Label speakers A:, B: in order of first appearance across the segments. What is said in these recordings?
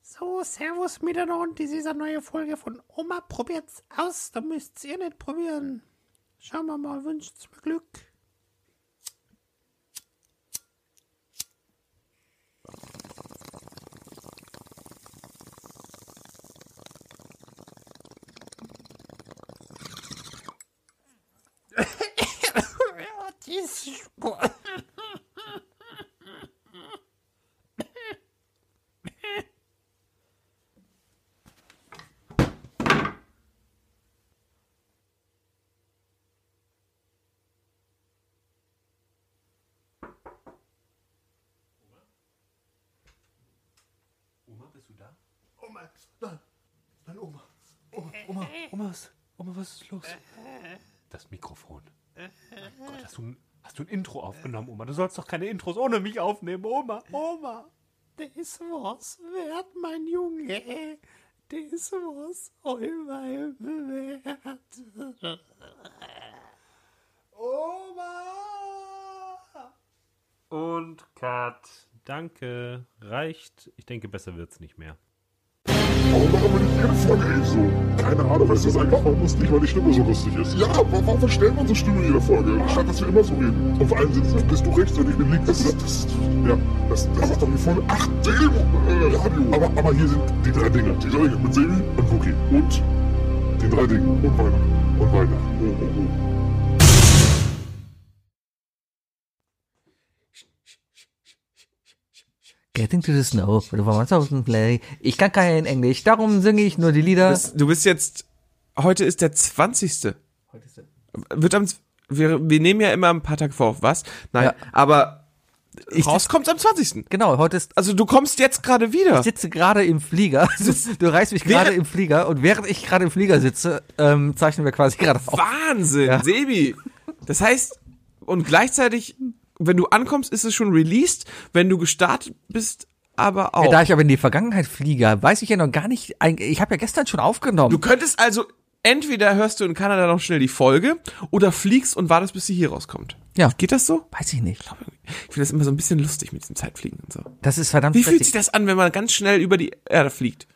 A: So, servus miteinander und dies ist eine neue Folge von Oma probiert's aus. Da müsst ihr nicht probieren. Schauen wir mal, wünscht's mir Glück. ja, dies ist
B: Oma, bist du da? Oma, nein, nein, Oma. Oma,
A: Äh,
B: Oma, Oma, was, Oma, was ist los? Das Mikrofon.
A: Äh.
B: Mein Gott, hast du, ein, hast du ein Intro aufgenommen, Oma? Du sollst doch keine Intros ohne mich aufnehmen, Oma.
A: Oma, das Äh. was wert, mein Junge. Das was euer wert. Oma!
B: Und Cut. Danke. Reicht. Ich denke, besser wird's nicht mehr.
C: Warum machen wir nicht jede Folge eh so? Keine Ahnung, es ist einfach mal lustig, weil die Stimme so lustig ist. Ja, wa- warum verstellen wir unsere Stimme in jeder Folge? Statt dass wir immer so reden. Und vor allem sind, bist du rechtzeitig beliebt. Das, das, das, ja, das, das ist doch wie voll 8D äh, Radio. Aber, aber hier sind die drei Dinge. Die drei Dinge mit Semi und Wookie. Und die drei Dinge. Und Weihnachten. Und Weihnachten. Oh, oh, oh.
D: Getting to the Snow wurde von 1000 Play. Ich kann kein Englisch, darum singe ich nur die Lieder.
E: Das, du bist jetzt. Heute ist der 20. Wird am. z- Wir, wir nehmen ja immer ein paar Tage vor, was? Nein,
D: Ja.
E: aber raus kommt's am 20.
D: genau, heute ist.
E: Also du kommst jetzt gerade wieder.
D: Ich sitze gerade im Flieger. Du reißt mich gerade
E: Während-
D: im Flieger und während ich gerade im Flieger sitze, ähm, zeichnen wir quasi gerade auf.
E: Wahnsinn, Sebi. Das heißt, und gleichzeitig, wenn du ankommst, ist es schon released, wenn du gestartet bist, aber auch.
D: Ja, da ich aber in die Vergangenheit fliege, weiß ich ja noch gar nicht. eig- Ich habe ja gestern schon aufgenommen.
E: du könntest also, entweder hörst du in Kanada noch schnell die Folge oder fliegst und wartest, bis sie hier rauskommt.
D: Ja.
E: Geht das so?
D: weiß ich nicht.
E: Ich finde das immer so ein bisschen lustig mit diesem Zeitfliegen und so.
D: Das ist verdammt
E: Wie fühlt sich
D: stressig.
E: das an, wenn man ganz schnell über die Erde fliegt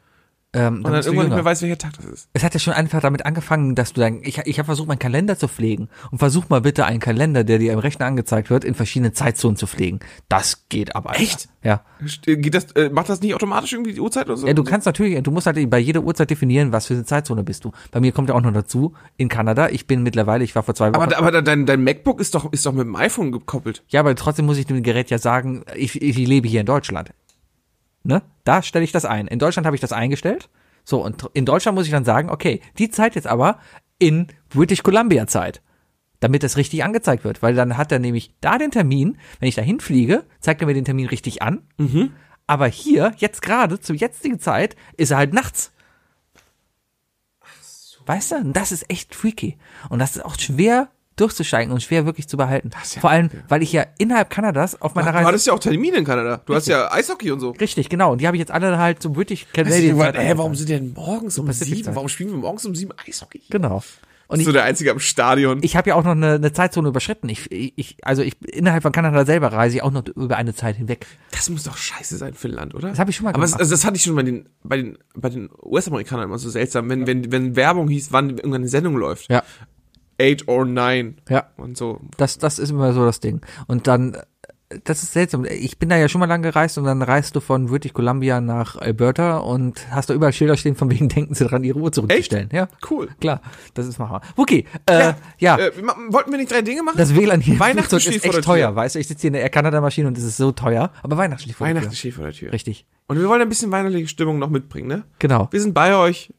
D: ähm,
E: und dann irgendwann nicht mehr
D: weiß.
E: weiß, welcher Tag das ist?
D: Es hat ja schon einfach damit angefangen, dass du dann. Ich, ich habe versucht, meinen Kalender zu pflegen. Und versuch mal bitte einen Kalender, der dir im Rechner angezeigt wird, in verschiedenen Zeitzonen zu pflegen. Das geht aber. Alter.
E: Echt?
D: Ja.
E: Geht das, äh, macht das nicht automatisch irgendwie die Uhrzeit oder so?
D: Ja, du kannst natürlich, du musst halt bei jeder Uhrzeit definieren, was für eine Zeitzone bist du. Bei mir kommt ja auch noch dazu, in Kanada, ich bin mittlerweile, ich war vor zwei Wochen.
E: aber da- aber da- dein, dein MacBook ist doch, ist doch mit dem iPhone gekoppelt.
D: ja, aber trotzdem muss ich dem Gerät ja sagen, ich, ich lebe hier in Deutschland. Ne? Da stelle ich das ein. In Deutschland habe ich das eingestellt. So, und tr- in Deutschland muss ich dann sagen, okay, die Zeit jetzt aber in British Columbia Zeit. Damit das richtig angezeigt wird. Weil dann hat er nämlich da den Termin, wenn ich da hinfliege, zeigt er mir den Termin richtig an.
E: Mhm.
D: Aber hier, jetzt gerade, zur jetzigen Zeit, ist er halt nachts. Weißt du, und das ist echt freaky. Und das ist auch schwer durchzusteigen und schwer wirklich zu behalten. Vor allem, weil ich ja innerhalb Kanadas auf meiner
E: Du
D: Reise.
E: hattest ja auch Termine in Kanada. Du hast ja Eishockey und so.
D: Richtig, genau. Und die habe ich jetzt alle halt so British Canadian. Zeit
E: Hä,
D: angefangen.
E: sind die denn morgens um
D: Pacific Zeit.
E: Warum spielen wir morgens um sieben Eishockey?
D: Genau. Und
E: Bist
D: ich,
E: du der Einzige am Stadion?
D: ich habe ja auch noch eine, eine Zeitzone überschritten. Ich, ich, also ich innerhalb von Kanada selber reise ich auch noch über eine Zeit hinweg.
E: das muss doch scheiße sein, Finnland, oder?
D: Das hab ich schon mal
E: Aber
D: gemacht.
E: das, also das hatte ich schon bei den, bei den, bei den US-Amerikanern immer so seltsam, wenn, wenn, wenn Werbung hieß, wann irgendwann eine Sendung läuft.
D: Ja.
E: Eight or nine.
D: Ja.
E: Und so.
D: Das, das ist immer so das Ding. Und dann, äh, das ist seltsam. Ich bin da ja schon mal lang gereist und dann reist du von British Columbia nach Alberta und hast da überall Schilder stehen, von wegen denken sie dran, ihre Uhr zurückzustellen. Ja,
E: Cool.
D: klar. Das ist machbar. Okay, äh, ja.
E: Äh, wir ma- wollten wir nicht drei Dinge machen?
D: das WLAN hier im
E: Weihnachten
D: Flugzeug
E: steht
D: ist
E: vor der
D: echt
E: Tür.
D: teuer, weißt du? Ich sitze hier in der Air Canada-Maschine und es ist so teuer. Aber Weihnachten steht vor der Tür.
E: Weihnachten steht vor der Tür.
D: Richtig.
E: Und wir wollen ein bisschen weihnachtliche Stimmung noch mitbringen, ne?
D: Genau.
E: Wir sind bei euch.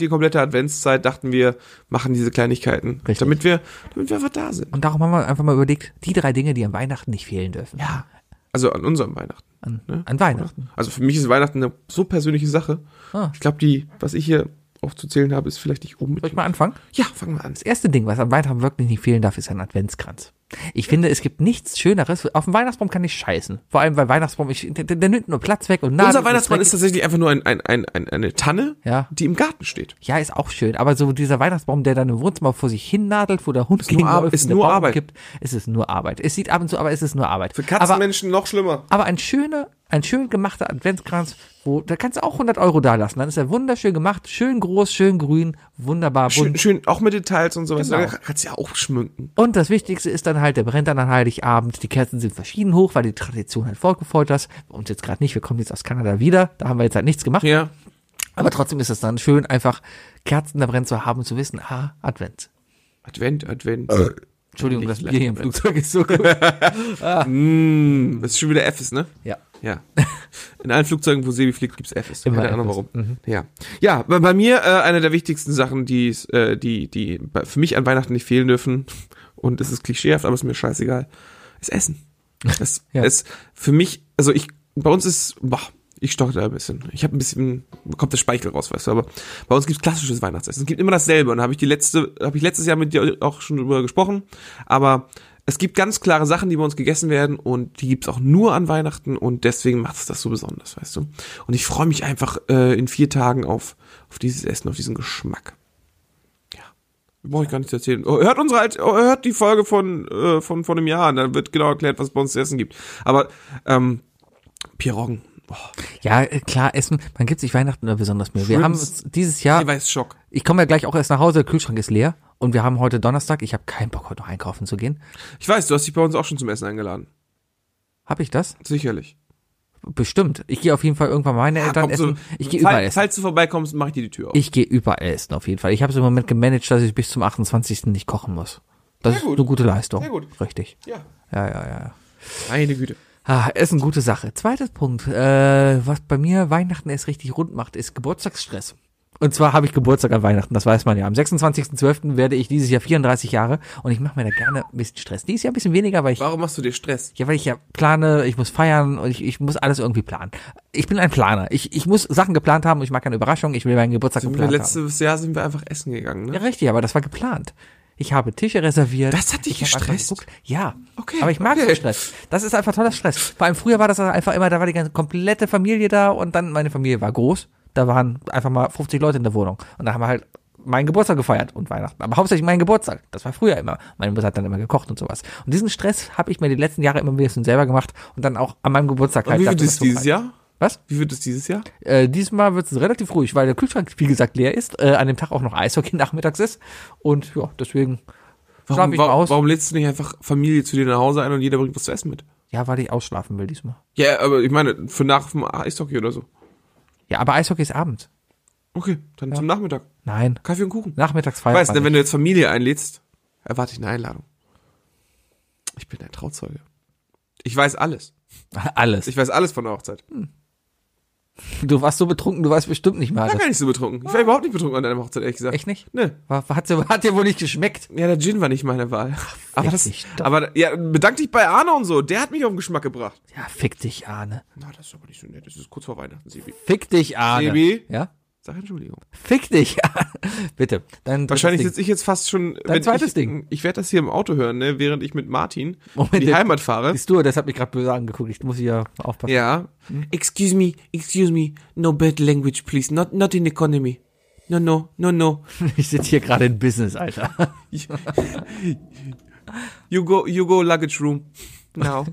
E: Die komplette Adventszeit dachten wir, machen diese Kleinigkeiten.
D: Richtig.
E: Damit wir, damit wir einfach da sind.
D: Und darum haben wir einfach mal überlegt, die drei Dinge, die an Weihnachten nicht fehlen dürfen. Ja.
E: Also an unserem Weihnachten.
D: An, an Weihnachten.
E: Also für mich ist Weihnachten eine so persönliche Sache.
D: Ah.
E: Ich glaube, die, was ich hier aufzuzählen habe, ist vielleicht nicht
D: Soll ich
E: unbedingt.
D: mal anfangen?
E: Ja, fangen wir an.
D: Das erste Ding, was an Weihnachten wirklich nicht fehlen darf, ist ein Adventskranz. Ich finde, es gibt nichts Schöneres. Auf den Weihnachtsbaum kann ich scheißen. Vor allem, weil Weihnachtsbaum, ich, der, der nimmt nur Platz weg und Nadel
E: Unser
D: und
E: Weihnachtsmann ist
D: Dreck.
E: tatsächlich einfach nur ein, ein, ein, ein, eine Tanne,
D: Ja.
E: die im Garten steht.
D: Ja, ist auch schön. Aber so dieser Weihnachtsbaum, der dann im Wohnzimmer vor sich hin nadelt, wo der Hund
E: nur Ar-
D: Wolf
E: ist
D: in den
E: nur
D: Baum
E: Arbeit.
D: kippt, es ist nur Arbeit. Es sieht ab und zu, aber es ist nur Arbeit.
E: Für
D: aber,
E: Katzenmenschen noch schlimmer.
D: aber ein schöner, ein schön gemachter Adventskranz, wo, da kannst du auch 100 Euro da lassen. Dann ist er wunderschön gemacht, schön groß, schön grün, wunderbar bunt.
E: Schön, schön, auch mit Details und so was.
D: Genau.
E: Da kannst du ja auch schmücken.
D: Und das Wichtigste ist dann halt, der brennt dann an Heiligabend. Die Kerzen sind verschieden hoch, weil die Tradition halt fortgefolgt ist. Bei uns jetzt gerade nicht. Wir kommen jetzt aus Kanada wieder. Da haben wir jetzt halt nichts gemacht.
E: Ja.
D: Aber trotzdem ist es dann schön, einfach Kerzen da brennen zu haben und zu wissen, ah, Advent.
E: Advent, Advent.
D: Entschuldigung,
E: Nicht
D: das Bier hier im
E: Advent.
D: Flugzeug ist so gut.
E: Das ist schon wieder Fs, ne?
D: ja.
E: Ja. In allen Flugzeugen, wo Sebi fliegt, gibt's FS.
D: Immer
E: Keine Ahnung
D: FS.
E: warum. Ja. Ja, bei, bei mir äh, eine der wichtigsten Sachen, die, es, äh, die, die bei- für mich an Weihnachten nicht fehlen dürfen, und es ist klischeehaft, aber ist mir scheißegal, ist Essen. Das
D: Ja.
E: ist für mich, also ich, bei uns ist, boah, ich stocke da ein bisschen. Ich habe ein bisschen, kommt der Speichel raus, weißt du, aber bei uns gibt's klassisches Weihnachtsessen. Es gibt immer dasselbe und da habe ich die letzte, habe ich letztes Jahr mit dir auch schon drüber gesprochen, aber es gibt ganz klare Sachen, die bei uns gegessen werden und die gibt's auch nur an Weihnachten und deswegen macht's das so besonders, weißt du. Und ich freue mich einfach äh, in vier Tagen auf, auf dieses Essen, auf diesen Geschmack. Brauche ich gar nichts erzählen. Oh, Hört unsere alt, oh, hört die Folge von, äh, von, von einem Jahr an, dann wird genau erklärt, was es bei uns zu essen gibt. Aber, ähm, Pieroggen. Boah,
D: Ja, äh, klar, Essen, man gibt sich Weihnachten immer besonders Mühe. Wir haben
E: Shrimps.
D: uns dieses Jahr,
E: ich weiß, Schock.
D: ich komme ja gleich auch erst nach Hause, der Kühlschrank ist leer und wir haben heute Donnerstag, ich habe keinen Bock, heute noch einkaufen zu gehen.
E: Ich weiß, du hast dich bei uns auch schon zum Essen eingeladen.
D: Habe ich das?
E: Sicherlich.
D: Bestimmt. Ich gehe auf jeden Fall irgendwann meine
E: Ah,
D: Eltern
E: komm, so-
D: essen. Ich gehe
E: fall-
D: überall essen.
E: Falls du vorbeikommst, mache ich dir die Tür auf.
D: Ich gehe überall essen, auf jeden Fall. Ich habe es im Moment gemanagt, dass ich bis zum 28. nicht kochen muss. Das ist
E: gut.
D: eine gute Leistung.
E: Sehr gut.
D: Richtig.
E: ja.
D: Ja, ja, ja. ja.
E: Meine Güte.
D: Ah, Essen, gute Sache. Zweiter Punkt, äh, was bei mir Weihnachten erst richtig rund macht, ist Geburtstagsstress. Und zwar habe ich Geburtstag an Weihnachten, das weiß man ja. Am 26.12. werde ich dieses Jahr 34 Jahre und ich mache mir da gerne ein bisschen Stress. Dieses Jahr ein bisschen weniger, weil ich
E: Warum machst du dir Stress?
D: ja, weil ich ja plane, ich muss feiern und ich, ich muss alles irgendwie planen. Ich bin ein Planer. Ich, ich muss Sachen geplant haben und ich mag keine Überraschung. Ich will meinen Geburtstag
E: Sind wir
D: geplant haben.
E: letztes Jahr sind wir einfach essen gegangen,
D: Ja,
E: ne?
D: richtig, aber das war geplant. Ich habe Tische reserviert.
E: Das hat dich
D: Ich habe einfach
E: gestresst?
D: geguckt. Ja.
E: Okay,
D: Aber ich mag
E: okay.
D: so Stress. Das ist einfach toller Stress. Vor allem früher war das einfach immer, da war die ganze komplette Familie da und dann meine Familie war groß. Da waren einfach mal 50 Leute in der Wohnung. Und da haben wir halt meinen Geburtstag gefeiert und Weihnachten. Aber hauptsächlich meinen Geburtstag. Das war früher immer. Meine Mutter hat dann immer gekocht und sowas. Und diesen Stress habe ich mir die letzten Jahre immer ein bisschen selber gemacht und dann auch an meinem Geburtstag halt
E: Und wie wird
D: dachte,
E: es
D: was so
E: dieses
D: rein.
E: Jahr?
D: Was?
E: Wie wird es dieses Jahr?
D: Äh, diesmal wird es relativ ruhig, weil der Kühlschrank, wie gesagt, leer ist. Äh, an dem Tag auch noch Eishockey nachmittags ist. Und ja, deswegen schlafe
E: Warum,
D: ich mal
E: warum,
D: aus.
E: warum lädst du nicht einfach Familie zu dir nach Hause ein und jeder bringt was zu essen mit?
D: Ja, weil ich ausschlafen will diesmal.
E: Ja, aber ich meine, für nach dem Eishockey oder so.
D: Ja, aber Eishockey ist abends.
E: Okay, dann zum Nachmittag.
D: Nein.
E: Kaffee und Kuchen.
D: Nachmittags feiern.
E: Weißt du, wenn du jetzt Familie einlädst, erwarte ich eine Einladung. Ich bin ein Trauzeuge. Ich weiß alles.
D: Alles.
E: Ich weiß alles von der Hochzeit.
D: du warst so betrunken, du weißt bestimmt nicht mal.
E: Ich war
D: alles.
E: gar nicht so betrunken. Ich war überhaupt nicht betrunken an deiner Hochzeit, ehrlich gesagt.
D: Also- Echt nicht?
E: Ne.
D: War, hat, dir- hat dir wohl nicht geschmeckt?
E: Ja, der Gin war nicht meine Wahl. aber das,
D: dich doch.
E: aber ja, bedank dich bei Arne und so. Der hat mich auf den Geschmack gebracht.
D: Ja, fick dich, Arne.
E: Na, das ist aber nicht so nett. Das ist kurz vor Weihnachten, Sebi.
D: Fick dich, Arne.
E: Sebi?
D: Ja?
E: Sag Entschuldigung.
D: Fick dich, Arne. Bitte. Dein drittes
E: Wahrscheinlich
D: Ding.
E: sitze ich jetzt fast schon. wenn
D: zweites
E: ich,
D: Ding.
E: Ich werde das hier im Auto hören, ne, während ich mit Martin in die
D: der-
E: Heimat fahre.
D: Siehst du, das hat mich gerade böse angeguckt. Ich muss hier aufpassen.
E: Ja.
D: Hm?
E: Excuse me, excuse me, no bad language, please. Not, not in economy. No, no, no, no.
D: Ich sitze hier gerade in Business, Alter.
E: You go, you go luggage room. Now.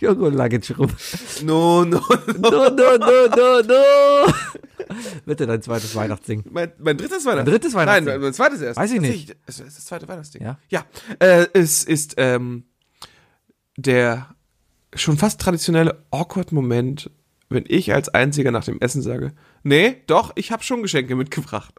D: Jogo Luggage rum.
E: No, no, no.
D: No, no, no, no, no. Bitte dein zweites Weihnachtsding.
E: Mein, mein drittes Weihnachtsding.
D: drittes Weihnachtsding.
E: Nein, mein zweites erst.
D: Weiß ich nicht.
E: Tatsächlich, Es ist das zweite Weihnachtsding.
D: Ja.
E: Ja. Äh, es ist ähm, der schon fast traditionelle awkward Moment, wenn ich als Einziger nach dem Essen sage, nee, doch, ich habe schon Geschenke mitgebracht.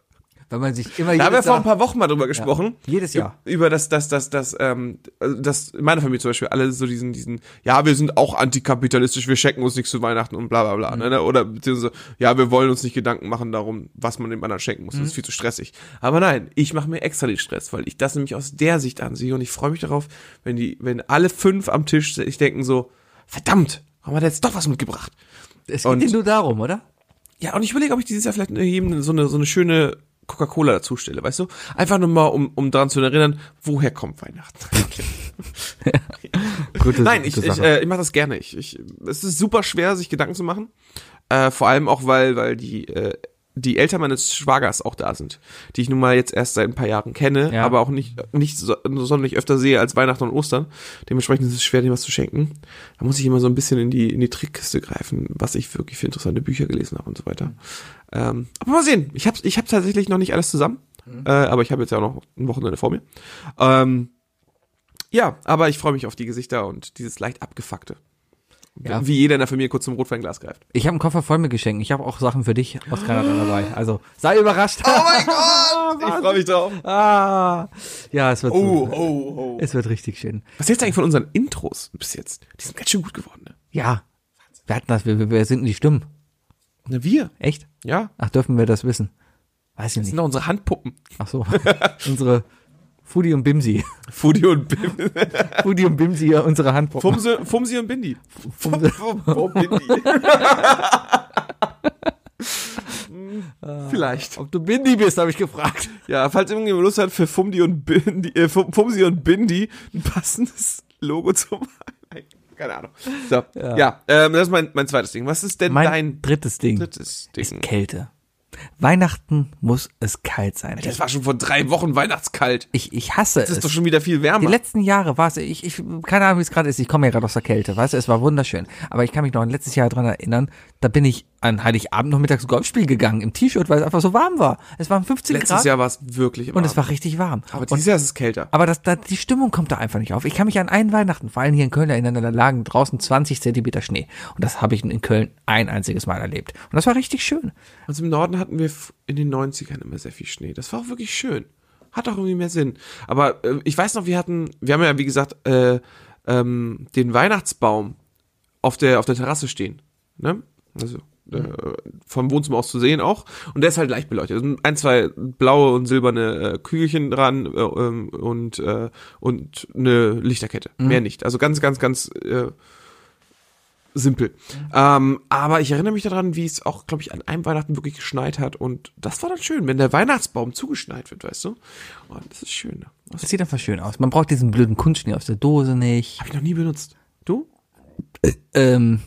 D: Wenn man sich immer
E: Da haben wir
D: jedes
E: vor ein
D: Jahr,
E: paar Wochen mal drüber gesprochen.
D: jedes Jahr.
E: Ü- Über das, das, das, das, ähm, also das, meine Familie zum Beispiel, alle so diesen, diesen, ja, wir sind auch antikapitalistisch, wir schenken uns nichts zu Weihnachten und bla, bla, bla,
D: Mhm.
E: ne? Oder, beziehungsweise, ja, wir wollen uns nicht Gedanken machen darum, was man dem anderen schenken muss,
D: Mhm.
E: das ist viel zu stressig. Aber nein, ich mache mir extra den Stress, weil ich das nämlich aus der Sicht ansehe und ich freue mich darauf, wenn die, wenn alle fünf am Tisch sich denken so, verdammt, haben wir da jetzt doch was mitgebracht.
D: es
E: und-
D: geht dir nur darum, oder?
E: Ja, und ich überlege, ob ich dieses Jahr vielleicht jedem so äh, eine, so eine schöne Coca-Cola dazustelle, weißt du? Einfach nur mal, um, um daran zu erinnern, woher kommt Weihnachten.
D: Gute,
E: Nein, ich, ich, äh, ich mache das gerne. Ich, ich, es ist super schwer, sich Gedanken zu machen. Äh, vor allem auch, weil, weil die, äh, die Eltern meines Schwagers auch da sind, die ich nun mal jetzt erst seit ein paar Jahren kenne,
D: Ja.
E: aber auch nicht, nicht so, sonderlich öfter sehe als Weihnachten und Ostern. Dementsprechend ist es schwer, dem was zu schenken. Da muss ich immer so ein bisschen in die, in die Trickkiste greifen, was ich wirklich für interessante Bücher gelesen habe und so weiter. Ähm, aber mal sehen, ich habe ich hab tatsächlich noch nicht alles zusammen,
D: Mhm.
E: äh, aber ich habe jetzt ja auch noch ein Wochenende vor mir. Ähm, ja, aber ich freue mich auf die Gesichter und dieses leicht abgefuckte.
D: Ja.
E: Wie jeder in der Familie kurz zum Rotweinglas greift.
D: ich habe einen Koffer voll mit Geschenken. Ich habe auch Sachen für dich aus Kanada dabei. Also sei überrascht.
E: Oh ich freue mich drauf.
D: ah, ja, es wird,
E: Oh,
D: so,
E: oh, oh.
D: es wird richtig schön.
E: Was hältst du eigentlich von unseren Intros bis jetzt? Die sind ganz schön gut geworden, ne?
D: Ja, wir hatten das. Wir, wir- wir sind in die Stimmen.
E: Na, wir?
D: Echt?
E: Ja.
D: Ach, dürfen wir das wissen? Weiß ich
E: Das
D: nicht.
E: sind doch unsere Handpuppen.
D: Ach so, unsere Fudi und Bimsi.
E: Fudi und Bim.
D: Fudi und Bimsi, ja, unsere Handpuppen.
E: Fumse, Fumsi und Bindi.
D: Fumse.
E: Fum- Fum- Bindi. Vielleicht.
D: Ob du Bindi bist, habe ich gefragt.
E: Ja, falls irgendjemand Lust hat, für Fumdi und Bindi, äh, Fum- Fumsi und Bindi ein passendes Logo zu machen. Keine Ahnung. So, ja, ähm, das ist mein, mein zweites Ding. Was ist denn
D: Mein
E: dein
D: drittes Ding
E: drittes Ding?
D: ist Kälte. Weihnachten muss es kalt sein.
E: Das war schon vor drei Wochen Weihnachtskalt.
D: Ich, ich hasse
E: Das ist
D: es.
E: doch schon wieder viel
D: Die
E: wärmer.
D: letzten Jahre war es, ich, ich, keine Ahnung, wie es gerade ist, ich komme ja gerade aus der Kälte, weißt du, es war wunderschön. Aber ich kann mich noch an letztes Jahr dran erinnern, da bin ich an Heiligabend noch mittags Golfspiel gegangen, im T-Shirt, weil es einfach so warm war. Es waren 15
E: Letztes
D: Grad
E: Jahr war es wirklich
D: und
E: warm.
D: es war richtig warm.
E: Aber
D: und
E: dieses Jahr ist es kälter.
D: Aber das, das, die Stimmung kommt da einfach nicht auf. Ich kann mich an einen Weihnachten, vor allem hier in Köln erinnern, da lagen draußen 20 Zentimeter Schnee. Und das habe ich in Köln ein einziges Mal erlebt. Und das war richtig schön.
E: Also im Norden hatten wir f- in den 90ern immer sehr viel Schnee. Das war auch wirklich schön. Hat auch irgendwie mehr Sinn. Aber äh, ich weiß noch, wir hatten, wir haben ja, wie gesagt, äh, ähm, den Weihnachtsbaum auf der, auf der Terrasse stehen. Ne? Also äh,
D: Mhm.
E: vom Wohnzimmer aus zu sehen auch. Und der ist halt leicht beleuchtet. Da sind Ein, zwei blaue und silberne äh, Kügelchen dran äh, ähm, und, äh, und eine Lichterkette.
D: Mhm.
E: Mehr nicht. Also ganz, ganz, ganz äh, simpel. Ähm, aber ich erinnere mich daran, wie es auch, glaube ich, an einem Weihnachten wirklich geschneit hat. Und das war dann schön, wenn der Weihnachtsbaum zugeschneit wird, weißt du? Oh, das ist schön. Das
D: Es sieht einfach schön aus. Man braucht diesen blöden Kunstschnee aus der Dose nicht.
E: habe ich noch nie benutzt. Du?
D: Ähm,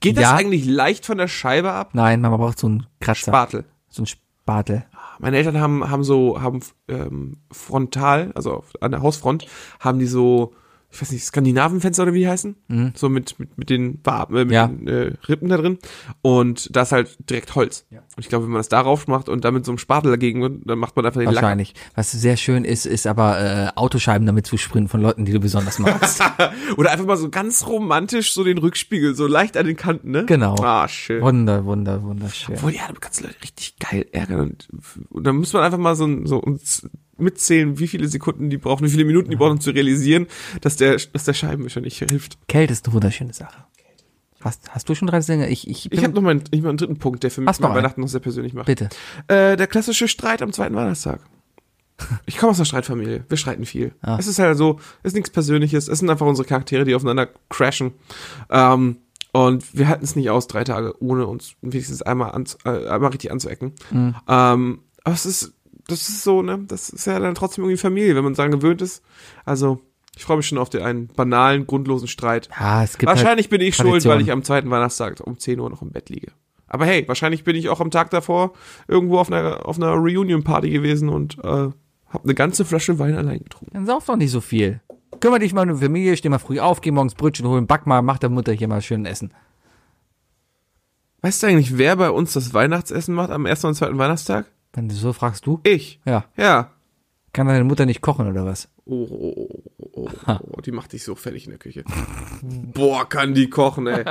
E: Geht das
D: Ja.
E: eigentlich leicht von der Scheibe ab?
D: nein, man braucht so einen Kratzer.
E: Spatel.
D: So einen Spatel.
E: Meine Eltern haben, haben so, haben ähm, frontal, also auf- an der Hausfront, haben die so, ich weiß nicht, Skandinavenfenster oder wie die heißen. So mit, mit, mit den Waben, äh, mit
D: Mhm. Ja.
E: den äh, Rippen da drin. Und da ist halt direkt Holz. Und ich glaube, wenn man das darauf macht und dann mit so einem Spatel dagegen, dann macht man einfach den Lack. ab.
D: Wahrscheinlich. Was sehr schön ist, ist aber äh, Autoscheiben damit zu springen von Leuten, die du besonders magst.
E: Oder einfach mal so ganz romantisch so den Rückspiegel, so leicht an den Kanten, ne?
D: Genau.
E: Ah, schön.
D: Wunder, wunder, wunderschön.
E: Obwohl, ja, du kannst Leute richtig geil ärgern. Und, und dann muss man einfach mal so, ein- so uns mitzählen, wie viele Sekunden die brauchen, wie viele Minuten die brauchen, um zu realisieren, dass der, dass der Scheibenwischer nicht hilft.
D: Kälte ist eine wunderschöne Sache. Hast, hast du schon drei Dinge? Ich, ich, bin,
E: Ich habe noch meinen, ich hab einen dritten Punkt, der für mich
D: Hast noch
E: mein
D: einen?
E: Weihnachten noch sehr persönlich macht.
D: Bitte.
E: Äh, der klassische Streit am zweiten Weihnachtstag. Ich komme aus einer Streitfamilie. Wir streiten viel.
D: Ah.
E: Es ist halt so, es ist nichts Persönliches. Es sind einfach unsere Charaktere, die aufeinander crashen. Ähm, und wir halten es nicht aus, drei Tage, ohne uns wenigstens einmal, anz äh, einmal richtig anzuecken.
D: Mhm.
E: Ähm, aber es ist, das ist so, ne? Das ist ja dann trotzdem irgendwie Familie, wenn man daran gewöhnt ist. Also, ich freue mich schon auf den einen banalen, grundlosen Streit.
D: Ah, es gibt
E: Wahrscheinlich bin ich schuld, weil
D: Tradition.
E: ich am zweiten Weihnachtstag um 10 Uhr noch im Bett liege. Aber hey, wahrscheinlich bin ich auch am Tag davor irgendwo auf einer, auf einer Reunion-Party gewesen und äh, habe eine ganze Flasche Wein allein getrunken.
D: Dann sauf doch nicht so viel. Kümmer dich mal um die Familie, steh mal früh auf, geh morgens Brötchen holen, back mal, mach der Mutter hier mal schön Essen.
E: Weißt du eigentlich, wer bei uns das Weihnachtsessen macht am ersten und zweiten Weihnachtstag?
D: Wenn du so fragst du,
E: Ich.
D: ja,
E: Ja.
D: kann deine Mutter nicht kochen oder was?
E: Oh, oh, oh, oh, oh, oh, oh, die macht dich so fertig in der Küche. Boah, kann die kochen, ey.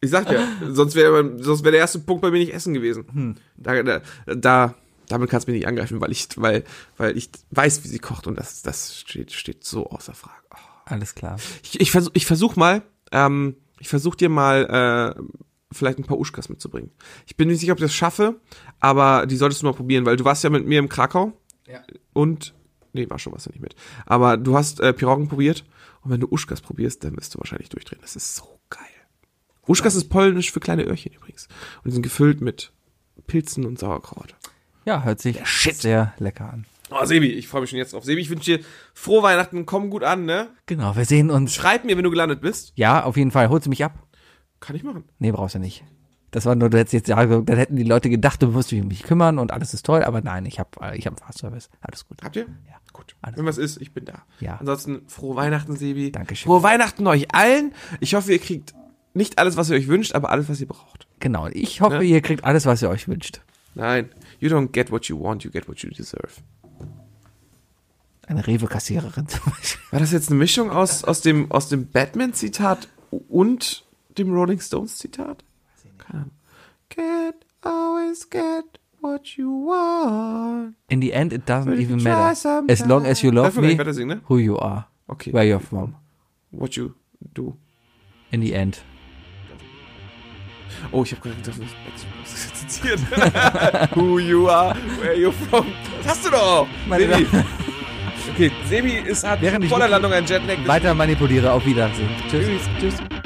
E: Ich sag dir, sonst wäre sonst wär der erste Punkt bei mir nicht Essen gewesen. Da, da, da, damit kannst du mich nicht angreifen, weil ich, weil, weil ich weiß, wie sie kocht und das, das steht, steht so außer Frage. Oh.
D: Alles klar.
E: Ich, ich versuche ich versuch mal, ähm, ich versuche dir mal äh, vielleicht ein paar Uschkas mitzubringen. Ich bin nicht sicher, ob ich das schaffe, aber die solltest du mal probieren, weil du warst ja mit mir im Krakau
D: Ja.
E: und nee, war schon was nicht mit. Aber du hast äh, Piroggen probiert und wenn du Uschkas probierst, dann wirst du wahrscheinlich durchdrehen. Das ist so geil. Uschkas ist polnisch für kleine Öhrchen übrigens und die sind gefüllt mit Pilzen und Sauerkraut.
D: Ja, hört sich
E: Shit.
D: sehr lecker an.
E: Oh, Sebi, ich freue mich schon jetzt drauf. Sebi, ich wünsche dir frohe Weihnachten, komm gut an, ne?
D: Genau, wir sehen uns.
E: Schreib mir, wenn du gelandet bist.
D: Ja, auf jeden Fall. Holst du mich ab?
E: Kann ich machen.
D: Nee, brauchst du nicht. Das war nur, du hättest jetzt ja, dann hätten die Leute gedacht, du musst dich um mich kümmern und alles ist toll, aber nein, ich habe ich hab einen Fahrservice. Alles gut.
E: Habt ihr?
D: Ja.
E: Gut.
D: Alles
E: Wenn was ist, ich bin da.
D: Ja.
E: Ansonsten frohe Weihnachten, Sebi.
D: Dankeschön.
E: Frohe Weihnachten euch allen. Ich hoffe, ihr kriegt nicht alles, was ihr euch wünscht, aber alles, was ihr braucht.
D: Genau. Ich hoffe,
E: Ne?
D: ihr kriegt alles, was ihr euch wünscht.
E: Nein, you don't get what you want, you get what you deserve.
D: Eine Rewe-Kassiererin zum Beispiel.
E: War das jetzt eine Mischung aus, aus dem, aus dem Batman-Zitat und dem Rolling Stones-Zitat? Keine Ahnung. Can't always get what you want.
D: In the end, it doesn't even
E: try
D: matter.
E: sometimes.
D: As long as you love
E: Darf ich
D: me,
E: gleich weiter singen, ne?
D: who you are,
E: Okay.
D: where you're from.
E: What you do.
D: In the end.
E: Oh, ich habe gerade gedacht, das ist Backstreet Boys ist jetzt zitiert. Who you are, where you from. Das hast du doch.
D: Meine
E: Sebi. Okay, Sebi ist, hat
D: Während ich
E: vor der
D: wirklich
E: Landung ein Jetlag.
D: Weiter manipuliere. Auf Wiedersehen. Tschüss.
E: Tschüss. Tschüss.